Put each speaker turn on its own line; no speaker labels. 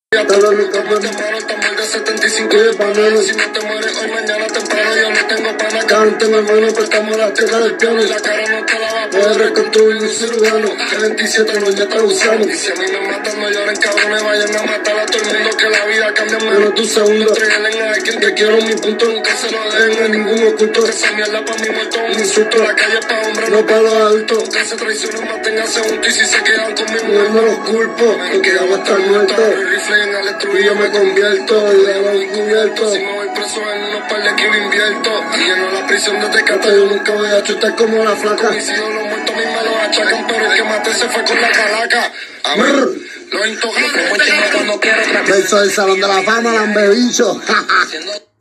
Pero nunca me llamaron tan mal de 75 y pa' menos. Si no te mueres hoy, mañana temprano, yo no tengo pana. Ya no tengo hermano, prestamos la tierra del piano. La cara no te la va a poder reconstruir un cirujano. Que 27 no ya te usando. Y si a mí me matan, no lloren, cabrones, vayan a matar a todo el mundo. Que la vida cambia menos tu segundo. Entregalen a quien te quiero, mi punto nunca se lo den a ningún oculto. Que esa mierda pa' mi muerto, un insulto. La calle es pa' hombres, no pa' los adultos. Nunca se traicionen, manténganse juntos. Y si se quedan conmigo, no los culpo. Porque ya voy a estar muerto. El rifle en el estrujillo me convierto y de los encubiertos. Si me voy preso en unos par de kilos invierto. Y lleno la prisión de Tecate, yo nunca voy a chutar como la flaca. Mis hijos los muertos a mí me los achacan, pero el que maté se fue con la calaca. A ver, los intocables, como el chingado no quiero otra
Yo soy el Salón de la Fama, lambebicho.